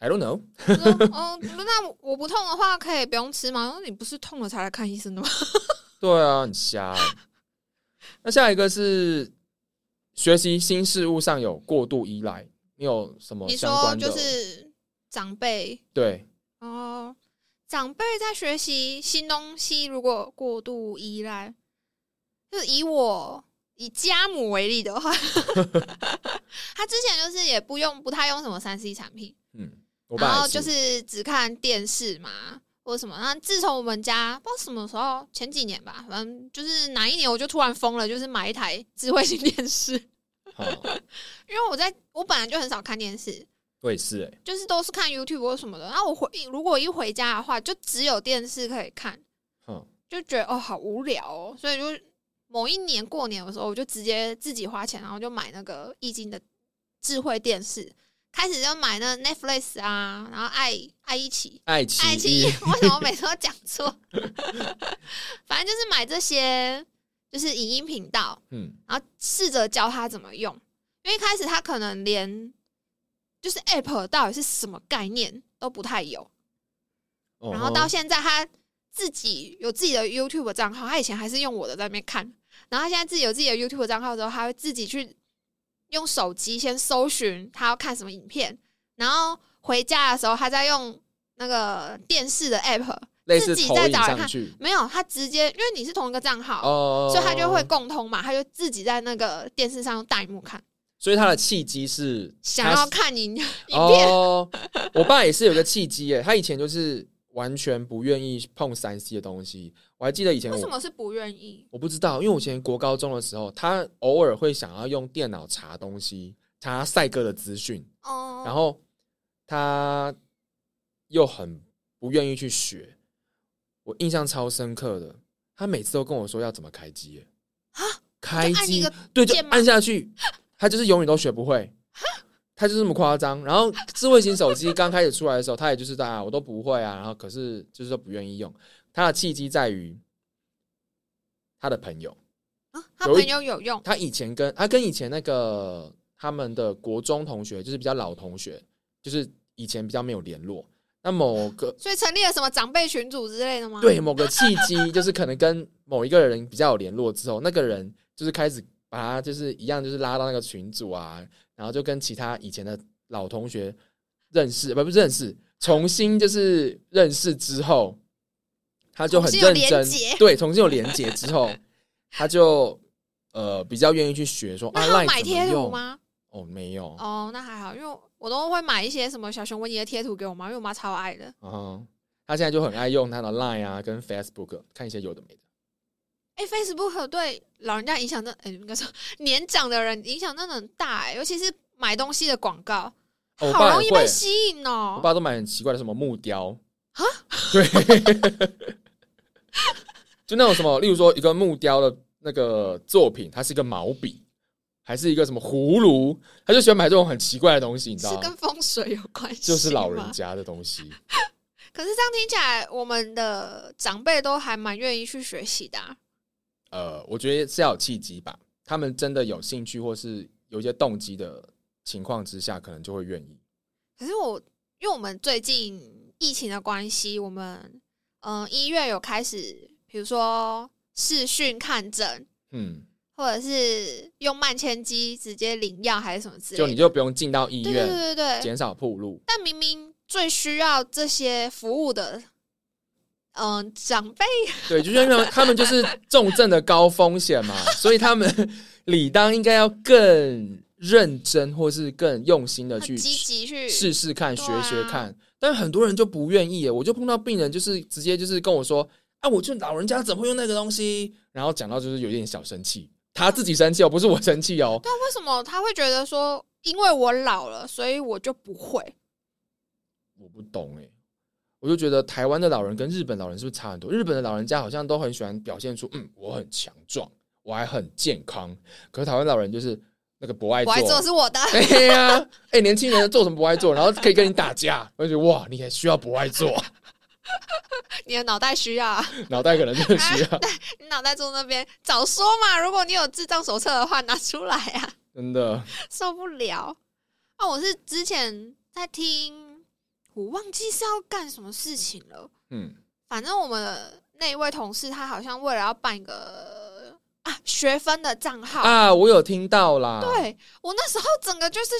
Speaker 1: ？I don't know。
Speaker 2: 我说哦，那我不痛的话可以不用吃吗？我说你不是痛了才来看医生的吗？
Speaker 1: 对啊，很瞎 欸、那下一个是学习新事物上有过度依赖，你有什么
Speaker 2: 你
Speaker 1: 哦相
Speaker 2: 说
Speaker 1: 关的？
Speaker 2: 就是长辈
Speaker 1: 对，
Speaker 2: 哦，长辈在学习新东西，如果过度依赖，就以我以家母为例的话，他之前就是也不用不太用什么三 C 产品，
Speaker 1: 嗯，我
Speaker 2: 然
Speaker 1: 爸
Speaker 2: 后
Speaker 1: 也
Speaker 2: 就是只看电视嘛，或者什么。那自从我们家不知道什么时候，前几年吧，反正就是哪一年，我就突然疯了，就是买一台智慧型电视，
Speaker 1: 好，
Speaker 2: 因为我在我本来就很少看电视，
Speaker 1: 我也是哎、
Speaker 2: 就是都是看 YouTube 或什么的。然后我回如果一回家的话，就只有电视可以看，
Speaker 1: 哼，
Speaker 2: 就觉得哦好无聊哦，所以就某一年过年的时候，我就直接自己花钱，然后就买那个易经的智慧电视，开始就买那 Netflix 啊，然后爱爱一起。
Speaker 1: 爱奇
Speaker 2: 爱奇艺，
Speaker 1: 艺，
Speaker 2: 为什么每次都讲错？ 反正就是买这些，就是影音频道，
Speaker 1: 嗯，
Speaker 2: 然后试着教他怎么用。因为一开始他可能连就是 App 到底是什么概念都不太有，
Speaker 1: 哦
Speaker 2: 然后到现在他自己有自己的 YouTube 账号，他以前还是用我的在那边看，然后他现在自己有自己的 YouTube 账号之后，他会自己去用手机先搜寻他要看什么影片，然后回家的时候他再用那个电视的 App，
Speaker 1: 类似
Speaker 2: 自己
Speaker 1: 投
Speaker 2: 再
Speaker 1: 影
Speaker 2: 找人
Speaker 1: 上
Speaker 2: 看
Speaker 1: 去
Speaker 2: 没有他直接因为你是同一个账号，
Speaker 1: 哦，
Speaker 2: 所以他就会，共通嘛，他就自己在那个电视上用弹幕看，
Speaker 1: 所以他的契机是
Speaker 2: 想
Speaker 1: 他
Speaker 2: 要
Speaker 1: 是
Speaker 2: 看影 影片，
Speaker 1: 哦，我爸也是有个契机哎、他以前就是完全不愿意碰三 C 的东西，我还记得以前
Speaker 2: 为什
Speaker 1: 我
Speaker 2: 么是不愿意？
Speaker 1: 我不知道，因为我以前国高中的时候，他偶尔会想要用电脑查东西，查赛哥的资讯，
Speaker 2: 哦，
Speaker 1: 然后他又很不愿意去学，我印象超深刻的。他每次都跟我说要怎么开机耶，开
Speaker 2: 啊就按一
Speaker 1: 机
Speaker 2: 个
Speaker 1: 对，就
Speaker 2: 键吗
Speaker 1: 按下去，他就是永远都学不会，他就是这么夸张。然后智慧型手机刚开始出来的时候，他也就是大家我都不会啊，然后可是就是说不愿意用。他的契机在于他的朋友，
Speaker 2: 啊他
Speaker 1: 有一
Speaker 2: 朋友有用，
Speaker 1: 他以前跟他跟以前那个他们的国中同学，就是比较老同学，就是以前比较没有联络。那某个
Speaker 2: 所以成立了什么长辈群组之类的吗？
Speaker 1: 对某个契机，就是可能跟某一个人比较有联络之后，那个人就是开始把他就是一样，就是拉到那个群组啊，然后就跟其他以前的老同学认识，不不是认识，重新就是认识之后，他就很
Speaker 2: 重新有
Speaker 1: 认
Speaker 2: 连
Speaker 1: 真
Speaker 2: 结，
Speaker 1: 对，重新有连接之后，他就呃比较愿意去学说
Speaker 2: 那
Speaker 1: 啊，
Speaker 2: 还有
Speaker 1: Line
Speaker 2: 买
Speaker 1: 怎么
Speaker 2: 贴图
Speaker 1: 用？
Speaker 2: 吗？
Speaker 1: 哦，没有，啊
Speaker 2: 哦，那还好，因为我都会买一些什么小熊维尼的贴图给我妈，因为我妈超爱的。
Speaker 1: 啊哈，他现在就很爱用他的 Line 啊，跟 Facebook 看一些有的没的。
Speaker 2: 哎、f a c e b o o k 对老人家影响真，哎、应该说年长的人影响真的很大、哎，尤其是买东西的广告，
Speaker 1: 哦我
Speaker 2: 好
Speaker 1: 爸
Speaker 2: 容
Speaker 1: 也
Speaker 2: 易
Speaker 1: 会
Speaker 2: 被吸引
Speaker 1: 我
Speaker 2: 哦、
Speaker 1: 爸都买很奇怪的什么木雕
Speaker 2: 啊，
Speaker 1: 对，就那种什么，例如说一个木雕的那个作品，它是一个毛笔，还是一个什么葫芦，他就喜欢买这种很奇怪的东西，你知
Speaker 2: 是
Speaker 1: 道吗？啊
Speaker 2: 跟风水有关系，
Speaker 1: 就是老人。家的东西，
Speaker 2: 可是这样听起来，我们的长辈都还蛮愿意去学习的啊、
Speaker 1: 呃，我觉得是要有契机吧，他们真的有兴趣或是有一些动机的情况之下，可能就会愿意。
Speaker 2: 可是我因为我们最近疫情的关系，我们嗯一月有开始，比如说视讯看诊，
Speaker 1: 嗯，
Speaker 2: 或者是用慢签机直接领药还是什么之类
Speaker 1: 就
Speaker 2: 的，
Speaker 1: 你就不用进到医
Speaker 2: 对对
Speaker 1: 院，
Speaker 2: 对对对。
Speaker 1: 减少铺路。
Speaker 2: 但明明最需要这些服务的，嗯，长辈
Speaker 1: 对，就是因为他们就是重症的高风险嘛，所以他们 理当应该要更认真或是更用心的
Speaker 2: 很
Speaker 1: 去
Speaker 2: 积极去
Speaker 1: 试试看、
Speaker 2: 对
Speaker 1: 学
Speaker 2: 啊
Speaker 1: 学看。但很多人就不愿意耶，我就碰到病人就是直接就是跟我说：“啊，我就老人家怎么会用那个东西？”然后讲到就是有点小生气，他自己生气哦，不是我生气哦。
Speaker 2: 对啊，为什么他会觉得说，因为我老了，所以我就不会？
Speaker 1: 我不懂哎，我就觉得台湾的老人跟日本老人是不是差很多？日本的老人家好像都很喜欢表现出，嗯，我很强壮，我还很健康。可是台湾老人就是那个不爱
Speaker 2: 我
Speaker 1: 做，
Speaker 2: 爱做是我 的，
Speaker 1: 哎呀，哎、年轻人做什么不爱做，然后可以跟你打架，我就觉得哇，你也需要不爱做，
Speaker 2: 你的脑袋需要啊，
Speaker 1: 脑袋可能真的需要，
Speaker 2: 你脑袋坐那边早说嘛！如果你有智障手册的话，拿出来啊，
Speaker 1: 真的，
Speaker 2: 受不了。啊，我是之前在听，我忘记是要干什么事情了。
Speaker 1: 嗯，
Speaker 2: 反正我们的那一位同事，他好像为了要办一个啊学分的账号，
Speaker 1: 啊，我有听到啦，，
Speaker 2: 对我那时候整个就是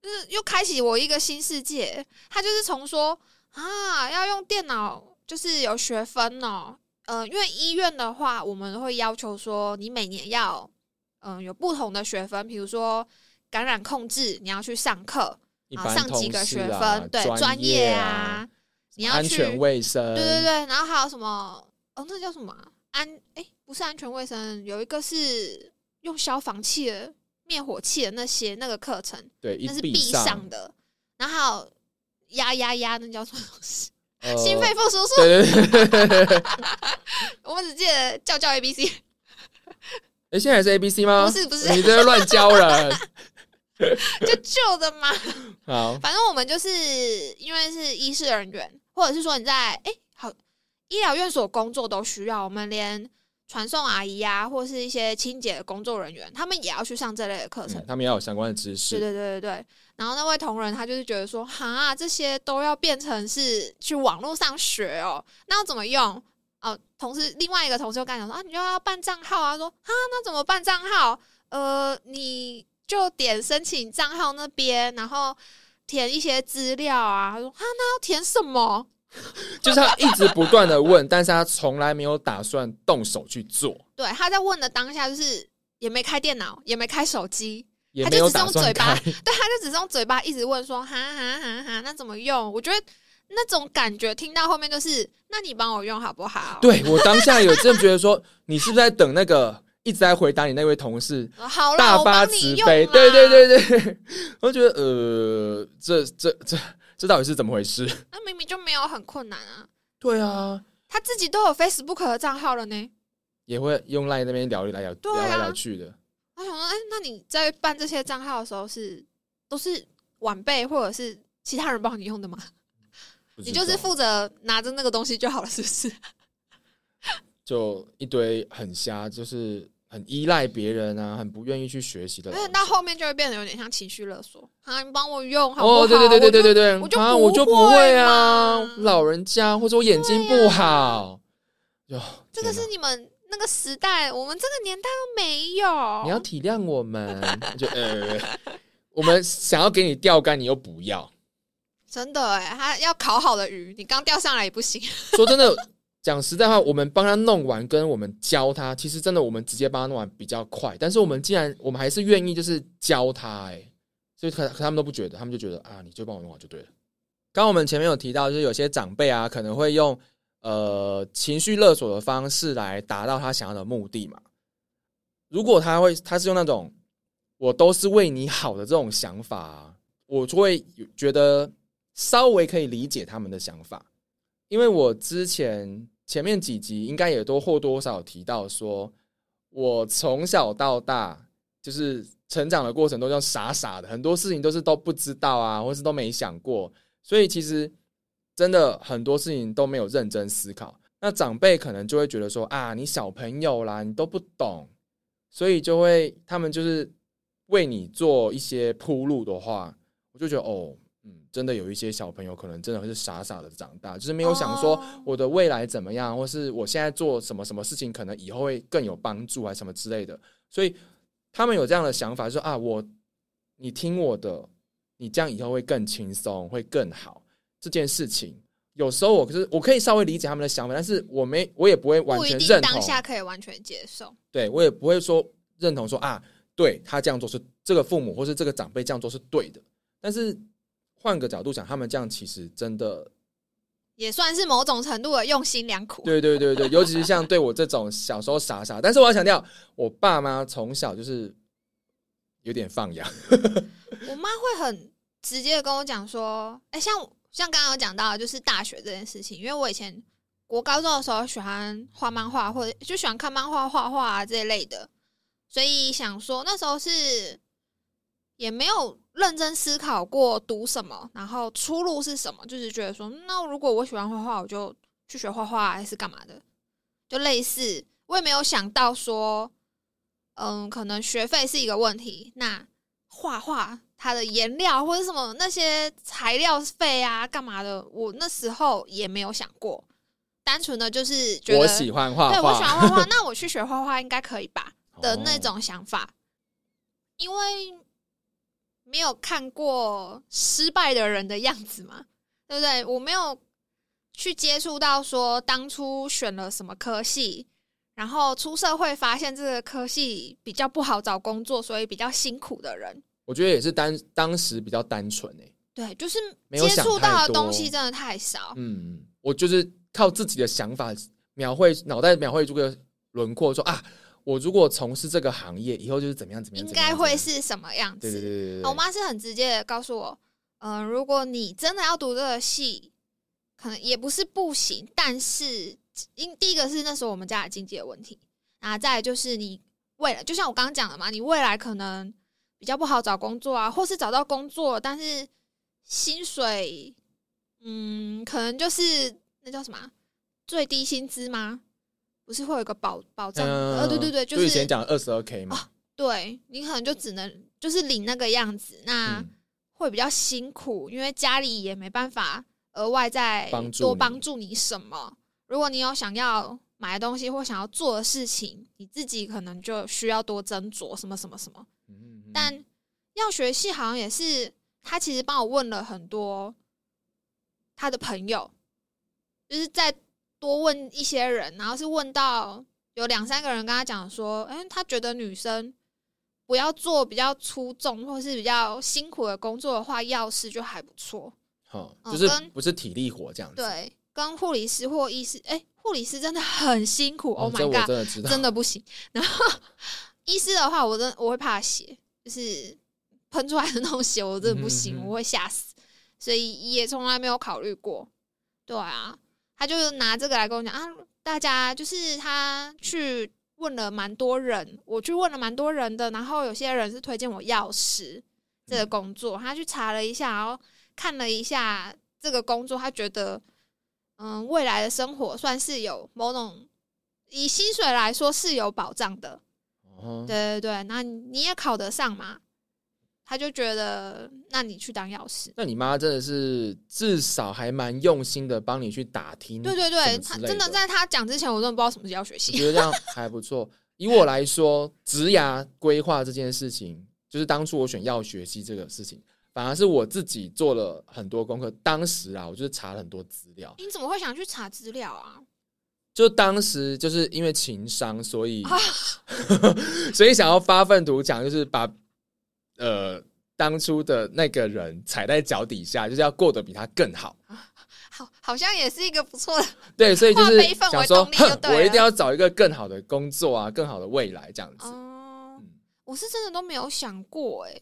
Speaker 2: 就是呃又开启我一个新世界。他就是从说啊，要用电脑，就是有学分哦。呃，因为医院的话，我们会要求说你每年要嗯、呃有不同的学分，比如说感染控制，你要去上课，
Speaker 1: 一
Speaker 2: 啊
Speaker 1: 般
Speaker 2: 上几
Speaker 1: 同
Speaker 2: 个
Speaker 1: 事
Speaker 2: 学
Speaker 1: 啊
Speaker 2: 分，对，专
Speaker 1: 专业
Speaker 2: 啊，，你要
Speaker 1: 安
Speaker 2: 去
Speaker 1: 全卫生，
Speaker 2: 对对对，然后还有什么？哦，那叫什么啊、安？哎，不是安全卫生，有一个是用消防器的、灭火器的那些那个课程，
Speaker 1: 对，
Speaker 2: 那是
Speaker 1: 一
Speaker 2: 必
Speaker 1: 上
Speaker 2: 上的。然后还有压压压，那叫什么东西？
Speaker 1: 呃
Speaker 2: 心肺复苏术。
Speaker 1: 对对对，
Speaker 2: 我只记得叫叫 A B C，
Speaker 1: 哎，现在还是 A B C 吗？
Speaker 2: 不是不是
Speaker 1: 你在这乱教 人。
Speaker 2: 就旧的嘛。
Speaker 1: 好，
Speaker 2: 反正我们就是因为是医师人员，或者是说你在哎、好医疗院所工作都需要，我们连传送阿姨啊，或是一些清洁的工作人员，他们也要去上这类的课程。
Speaker 1: 嗯他们要有相关的知
Speaker 2: 对
Speaker 1: 识，
Speaker 2: 对对对对，然后那位同仁他就是觉得说，哈，这些都要变成是去网络上学哦，那要怎么用？哦，同事另外一个同事就跟他讲说，啊，你就要办账号啊，说，哈，那怎么办账号？呃，你就点申请账号那边，然后填一些资料啊。他说，哈，那要填什么？
Speaker 1: 就是他一直不断的问，但是他从来没有打算动手去做，
Speaker 2: 对，他在问的当下就是也没开电脑，也没开手机，
Speaker 1: 也
Speaker 2: 他
Speaker 1: 没
Speaker 2: 就
Speaker 1: 有
Speaker 2: 只是
Speaker 1: 打
Speaker 2: 用
Speaker 1: 算
Speaker 2: 嘴巴
Speaker 1: 开。
Speaker 2: 对，他就只是用嘴巴一直问说哈哈哈哈，那怎么用？我觉得那种感觉听到后面就是，那你帮我用好不好？，
Speaker 1: 对我当下有这么觉得说，你是不是在等那个一直在回答你那位同事
Speaker 2: 哦好啦，
Speaker 1: 大
Speaker 2: 我
Speaker 1: 发
Speaker 2: 帮
Speaker 1: 慈
Speaker 2: 你用
Speaker 1: 悲？
Speaker 2: 啦
Speaker 1: 对对，对对，我就觉得呃，这这这这到底是怎么回事？
Speaker 2: 那明明就没有很困难啊，
Speaker 1: 对啊，
Speaker 2: 他自己都有 Facebook 的账号了呢。
Speaker 1: 也会用赖那边聊来聊、
Speaker 2: 对
Speaker 1: 聊
Speaker 2: 啊
Speaker 1: 来聊去的，
Speaker 2: 我想说，哎、那你在办这些账号的时候是都是晚辈或者是其他人帮你用的吗？
Speaker 1: 不
Speaker 2: 你就是
Speaker 1: 知道
Speaker 2: 负责拿着那个东西就好了，是不是？
Speaker 1: 就一堆很瞎，就是很依赖别人啊，很不愿意去学习的
Speaker 2: 而
Speaker 1: 老
Speaker 2: 且
Speaker 1: 师。
Speaker 2: 到后面就会变得有点像情绪勒索，啊，你帮我用好不好？
Speaker 1: 哦，对对对对
Speaker 2: 我就
Speaker 1: 对对对，
Speaker 2: 我就
Speaker 1: 啊，
Speaker 2: 不
Speaker 1: 我就不
Speaker 2: 会
Speaker 1: 会啊
Speaker 2: 嘛，
Speaker 1: 老人家或者我眼睛不好，哟、
Speaker 2: 啊这个
Speaker 1: 天哪
Speaker 2: 是你们那个时代，我们这个年代都没有。
Speaker 1: 你要体谅我 们，就呃，我们想要给你钓竿，你又不要。
Speaker 2: 真的哎、他要烤好的鱼，你刚钓上来也不行。
Speaker 1: 说真的，讲实在话，我们帮他弄完，跟我们教他，其实真的我们直接帮他弄完比较快。但是我们既然我们还是愿意，就是教他、哎，所以可可他们都不觉得，他们就觉得啊，你就帮我弄好就对了。刚刚我们前面有提到，就是有些长辈啊，可能会用呃情绪勒索的方式来达到他想要的目的嘛。如果他会，他是用那种我都是为你好的这种想法、啊，我就会有觉得稍微可以理解他们的想法。因为我之前前面几集应该也都或多或少有提到说，我从小到大就是成长的过程都像傻傻的，很多事情都是都不知道啊，或是都没想过，所以其实真的很多事情都没有认真思考。那长辈可能就会觉得说啊，你小朋友啦，你都不懂，所以就会他们就是为你做一些铺路的话，我就觉得哦，嗯，真的有一些小朋友可能真的会是傻傻的长大，就是没有想说
Speaker 2: 哦
Speaker 1: 我的未来怎么样，或是我现在做什么什么事情可能以后会更有帮助啊什么之类的，所以他们有这样的想法，就是啊，我你听我的，你这样以后会更轻松，会更好这件事情。有时候我可是我可以稍微理解他们的想法，但是我没我也不会完
Speaker 2: 不一
Speaker 1: 全
Speaker 2: 定
Speaker 1: 认同，
Speaker 2: 当下可以完全接受。
Speaker 1: 对我也不会说认同说啊，对他这样做是这个父母或是这个长辈这样做是对的。但是换个角度想，他们这样其实真的，
Speaker 2: 也算是某种程度的用心良苦。
Speaker 1: 对对对对，尤其是像对我这种小时候傻傻，但是我要强调，我爸妈从小就是有点放养，
Speaker 2: 我妈会很直接的跟我讲说，哎、像像刚刚有讲到，就是大学这件事情，因为我以前国高中的时候喜欢画漫画，或者就喜欢看漫画、画画啊这一类的，所以想说那时候是也没有认真思考过读什么，然后出路是什么，就是觉得说，嗯那如果我喜欢画画，我就去学画画还是干嘛的，就类似，我也没有想到说。嗯，可能学费是一个问题。那画画它的颜料或者什么那些材料费啊，干嘛的，我那时候也没有想过，单纯的就是觉得
Speaker 1: 我喜欢画
Speaker 2: 对我喜
Speaker 1: 画
Speaker 2: 欢画画，那我去学画画应该可以吧
Speaker 1: 哦
Speaker 2: 的那种想法，因为没有看过失败的人的样子嘛，对不对？我没有去接触到说当初选了什么科系，然后出社会发现这个科系比较不好找工作，所以比较辛苦的人。
Speaker 1: 我觉得也是单当时比较单纯哎、
Speaker 2: 对，就是
Speaker 1: 没有
Speaker 2: 接
Speaker 1: 想
Speaker 2: 触
Speaker 1: 太
Speaker 2: 到的
Speaker 1: 多
Speaker 2: 东西真的太少。
Speaker 1: 嗯，我就是靠自己的想法描绘，脑袋描绘出个轮廓，说啊，我如果从事这个行业，以后就是怎么样怎么样，
Speaker 2: 应
Speaker 1: 怎么
Speaker 2: 该
Speaker 1: 样
Speaker 2: 会。
Speaker 1: 怎么样
Speaker 2: 是什么样
Speaker 1: 对对
Speaker 2: 子？
Speaker 1: 对对对
Speaker 2: 我
Speaker 1: 对，
Speaker 2: 妈是很直接的告诉我，嗯、如果你真的要读这个系，可能也不是不行，但是因第一个是那时候我们家的经济的问题，然后再来就是你未来，就像我刚刚讲的嘛，你未来可能比较不好找工作啊，或是找到工作，但是薪水，嗯，可能就是那叫什么啊最低薪资吗？不是会有一个保保障？呃，对对对，
Speaker 1: 嗯就
Speaker 2: 就是哦
Speaker 1: 以前讲二十二 k 嘛，
Speaker 2: 对你可能就只能就是领那个样子，那
Speaker 1: 嗯
Speaker 2: 会比较辛苦，因为家里也没办法额外再
Speaker 1: 帮助
Speaker 2: 多
Speaker 1: 你
Speaker 2: 帮助你什么。如果你有想要买的东西或想要做的事情，你自己可能就需要多斟酌什么什么什么。
Speaker 1: 嗯嗯嗯
Speaker 2: 但药学系好像也是他其实帮我问了很多他的朋友，就是再多问一些人，然后是问到有两三个人跟他讲说，哎、他觉得女生不要做比较出众或是比较辛苦的工作的话，药师就还不错。
Speaker 1: 好，
Speaker 2: 哦
Speaker 1: 就是
Speaker 2: 跟
Speaker 1: 不是体力活这样子。嗯
Speaker 2: 对，跟护理师或医师，哎、护理师真的很辛苦。
Speaker 1: 哦
Speaker 2: oh
Speaker 1: 这
Speaker 2: my
Speaker 1: 我
Speaker 2: god，
Speaker 1: 真的知道，
Speaker 2: 真的不行。然后 医师的话，我真的我会怕血，就是喷出来的那种血， 我真的不行，
Speaker 1: 嗯哼
Speaker 2: 我会吓死，所以也从来没有考虑过。对啊，他就拿这个来跟我讲啊，大家就是他去问了蛮多人，我去问了蛮多人的，然后有些人是推荐我药师这个工作，他去查了一下，然后看了一下这个工作，他觉得嗯，未来的生活算是有某种以薪水来说是有保障的，
Speaker 1: 哦
Speaker 2: 对对对，那你也考得上嘛？他就觉得，那你去当药师，
Speaker 1: 那你妈真的是至少还蛮用心的，帮你去打听。
Speaker 2: 对对对，他
Speaker 1: 什么之类
Speaker 2: 真的
Speaker 1: 的
Speaker 2: 在他讲之前，我真的不知道什么是药学
Speaker 1: 我
Speaker 2: 系，
Speaker 1: 觉得这样还不错。以我来说，职涯规划这件事情，就是当初我选药学系这个事情，反而是我自己做了很多功课。当时啊，我就是查了很多资料，
Speaker 2: 你怎么会想去查资料啊？
Speaker 1: 就当时就是因为情商，所以、
Speaker 2: 啊
Speaker 1: 所以想要发愤图强，就是把呃当初的那个人踩在脚底下，就是要过得比他更好。
Speaker 2: 好，好像也是一个不错的，
Speaker 1: 对，所以就
Speaker 2: 化
Speaker 1: 是
Speaker 2: 悲愤
Speaker 1: 想
Speaker 2: 为
Speaker 1: 说，
Speaker 2: 动力就
Speaker 1: 哼
Speaker 2: 对
Speaker 1: 我一
Speaker 2: 了
Speaker 1: 定要找一个更好的工作啊，更好的未来这样子。
Speaker 2: 哦
Speaker 1: 嗯，
Speaker 2: 我是真的都没有想过、欸，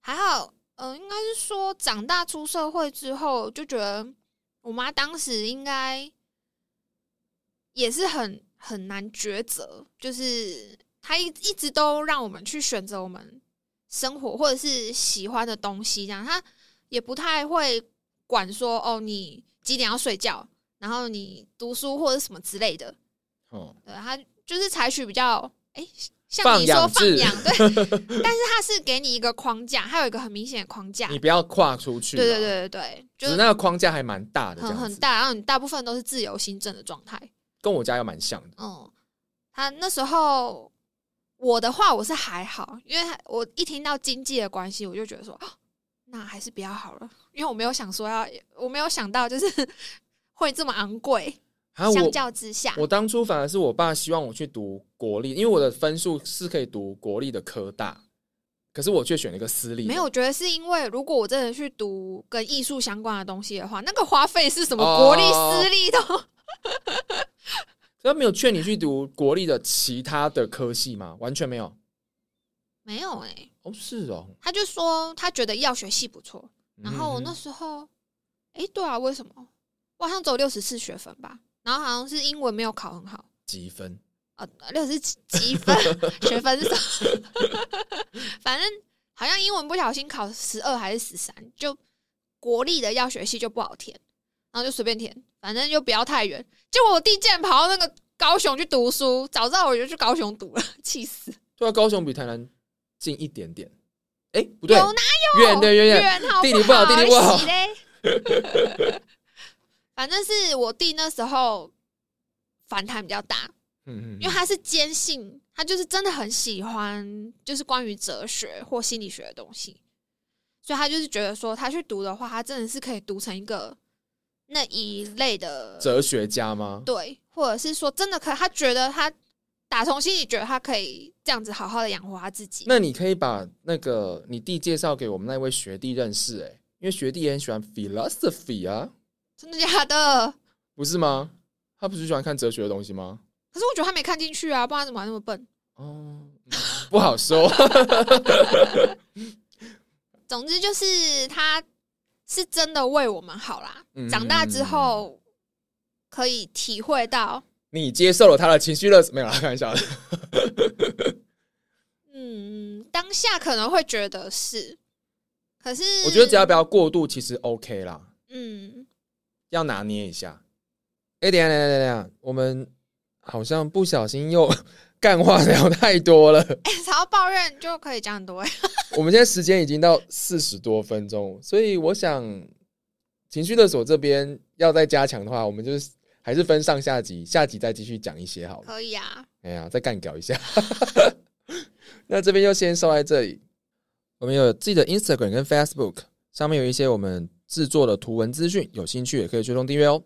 Speaker 2: 还好，嗯、应该是说长大出社会之后，就觉得我妈当时应该也是很很难抉择，就是她一一直都让我们去选择我们生活或者是喜欢的东西，这样她也不太会管说哦，你几点要睡觉，然后你读书或者什么之类的，
Speaker 1: 哦、
Speaker 2: 对，他就是采取比较哎、像
Speaker 1: 放
Speaker 2: 你说
Speaker 1: 养
Speaker 2: 放
Speaker 1: 制
Speaker 2: 养， 对，但是他是给你一个框架，还有一个很明显的框架，
Speaker 1: 你
Speaker 2: 对
Speaker 1: 不要跨出去、啊。
Speaker 2: 对对对对，就
Speaker 1: 只是那个框架还蛮大的，这
Speaker 2: 很
Speaker 1: 样子
Speaker 2: 很，大，然后你大部分都是自由新政的状态。
Speaker 1: 跟我家又蛮像的。
Speaker 2: 嗯，他那时候我的话我是还好，因为他我一听到经济的关系，我就觉得说，啊那还是不要好了，因为我没有想说要，我没有想到就是 会这么昂贵，
Speaker 1: 啊，
Speaker 2: 相
Speaker 1: 我
Speaker 2: 较之下，
Speaker 1: 我当初反而是我爸希望我去读国立，因为我的分数是可以读国立的科大，可是我却选了一个私立的。
Speaker 2: 没有，我觉得是因为如果我真的去读跟艺术相关的东西的话，那个花费是什么
Speaker 1: 哦
Speaker 2: 国立、私立都
Speaker 1: 他没有劝你去读国立的其他的科系吗？完全没有。
Speaker 2: 没有哎、
Speaker 1: 哦，是哦。
Speaker 2: 他就说他觉得药学系不错，然后我那
Speaker 1: 嗯
Speaker 2: 时候，哎、对啊，为什么？我好像只有六十四学分吧，然后好像是英文没有考很好
Speaker 1: 几分？
Speaker 2: 啊，六十几分 学分是什么 反正好像英文不小心考十二还是十三，就国立的药学系就不好填，然后就随便填，反正就不要太远。结果我弟竟然跑到那个高雄去读书，早知道我就去高雄读了，气死！
Speaker 1: 对啊，高雄比台南近一点点。哎、不对，
Speaker 2: 有哪
Speaker 1: 远对远远。
Speaker 2: 远好
Speaker 1: 地理不好地理不好
Speaker 2: 洗嘞。 反正是我弟那时候反弹比较大，
Speaker 1: 嗯嗯
Speaker 2: 因
Speaker 1: 嗯。
Speaker 2: 为他是坚信，他就是真的很喜欢，就是关于哲学或心理学的东西。所以他就是觉得说，他去读的话，他真的是可以读成一个那一类的
Speaker 1: 哲学家吗？
Speaker 2: 对，或者是说真的可，他觉得他打从心里觉得他可以这样子好好的养活他自己。
Speaker 1: 那你可以把那个你弟介绍给我们那位学弟认识、欸，哎，因为学弟也很喜欢 philosophy 啊，
Speaker 2: 真的假的？
Speaker 1: 不是吗？他不是喜欢看哲学的东西吗？
Speaker 2: 可是我觉得他没看进去啊，不然怎么还那么笨？
Speaker 1: 哦、嗯不好 说。
Speaker 2: 总之就是他是真的为我们好啦。
Speaker 1: 嗯
Speaker 2: 长大之后可以体会到，
Speaker 1: 你接受了他的情绪勒索，没 有啦，开玩笑的。
Speaker 2: 嗯，当下可能会觉得是，可是
Speaker 1: 我觉得只要不要过度，其实 OK 啦。
Speaker 2: 嗯，
Speaker 1: 要拿捏一下。哎、等一下，等一下，等一下，我们好像不小心又 干话聊太多了。
Speaker 2: 哎、只要抱怨就可以讲很多、哎
Speaker 1: 我们现在时间已经到四十多分钟，所以我想情绪勒索这边要再加强的话，我们就是还是分上下集，下集再继续讲一些好了。
Speaker 2: 可以啊，
Speaker 1: 哎呀，再干搞一下。 那这边就先收在这里。我们有自己的 Instagram 跟 Facebook，上面有一些我们制作的图文资讯，有兴趣也可以追踪订阅哦。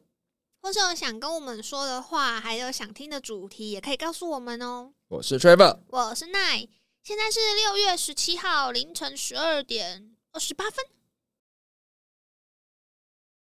Speaker 2: 或是有想跟我们说的话，还有想听的主题，也可以告诉我们哦。
Speaker 1: 我是 Trevor，
Speaker 2: 我是奈，现在是六月十七号凌晨十二点二十八分，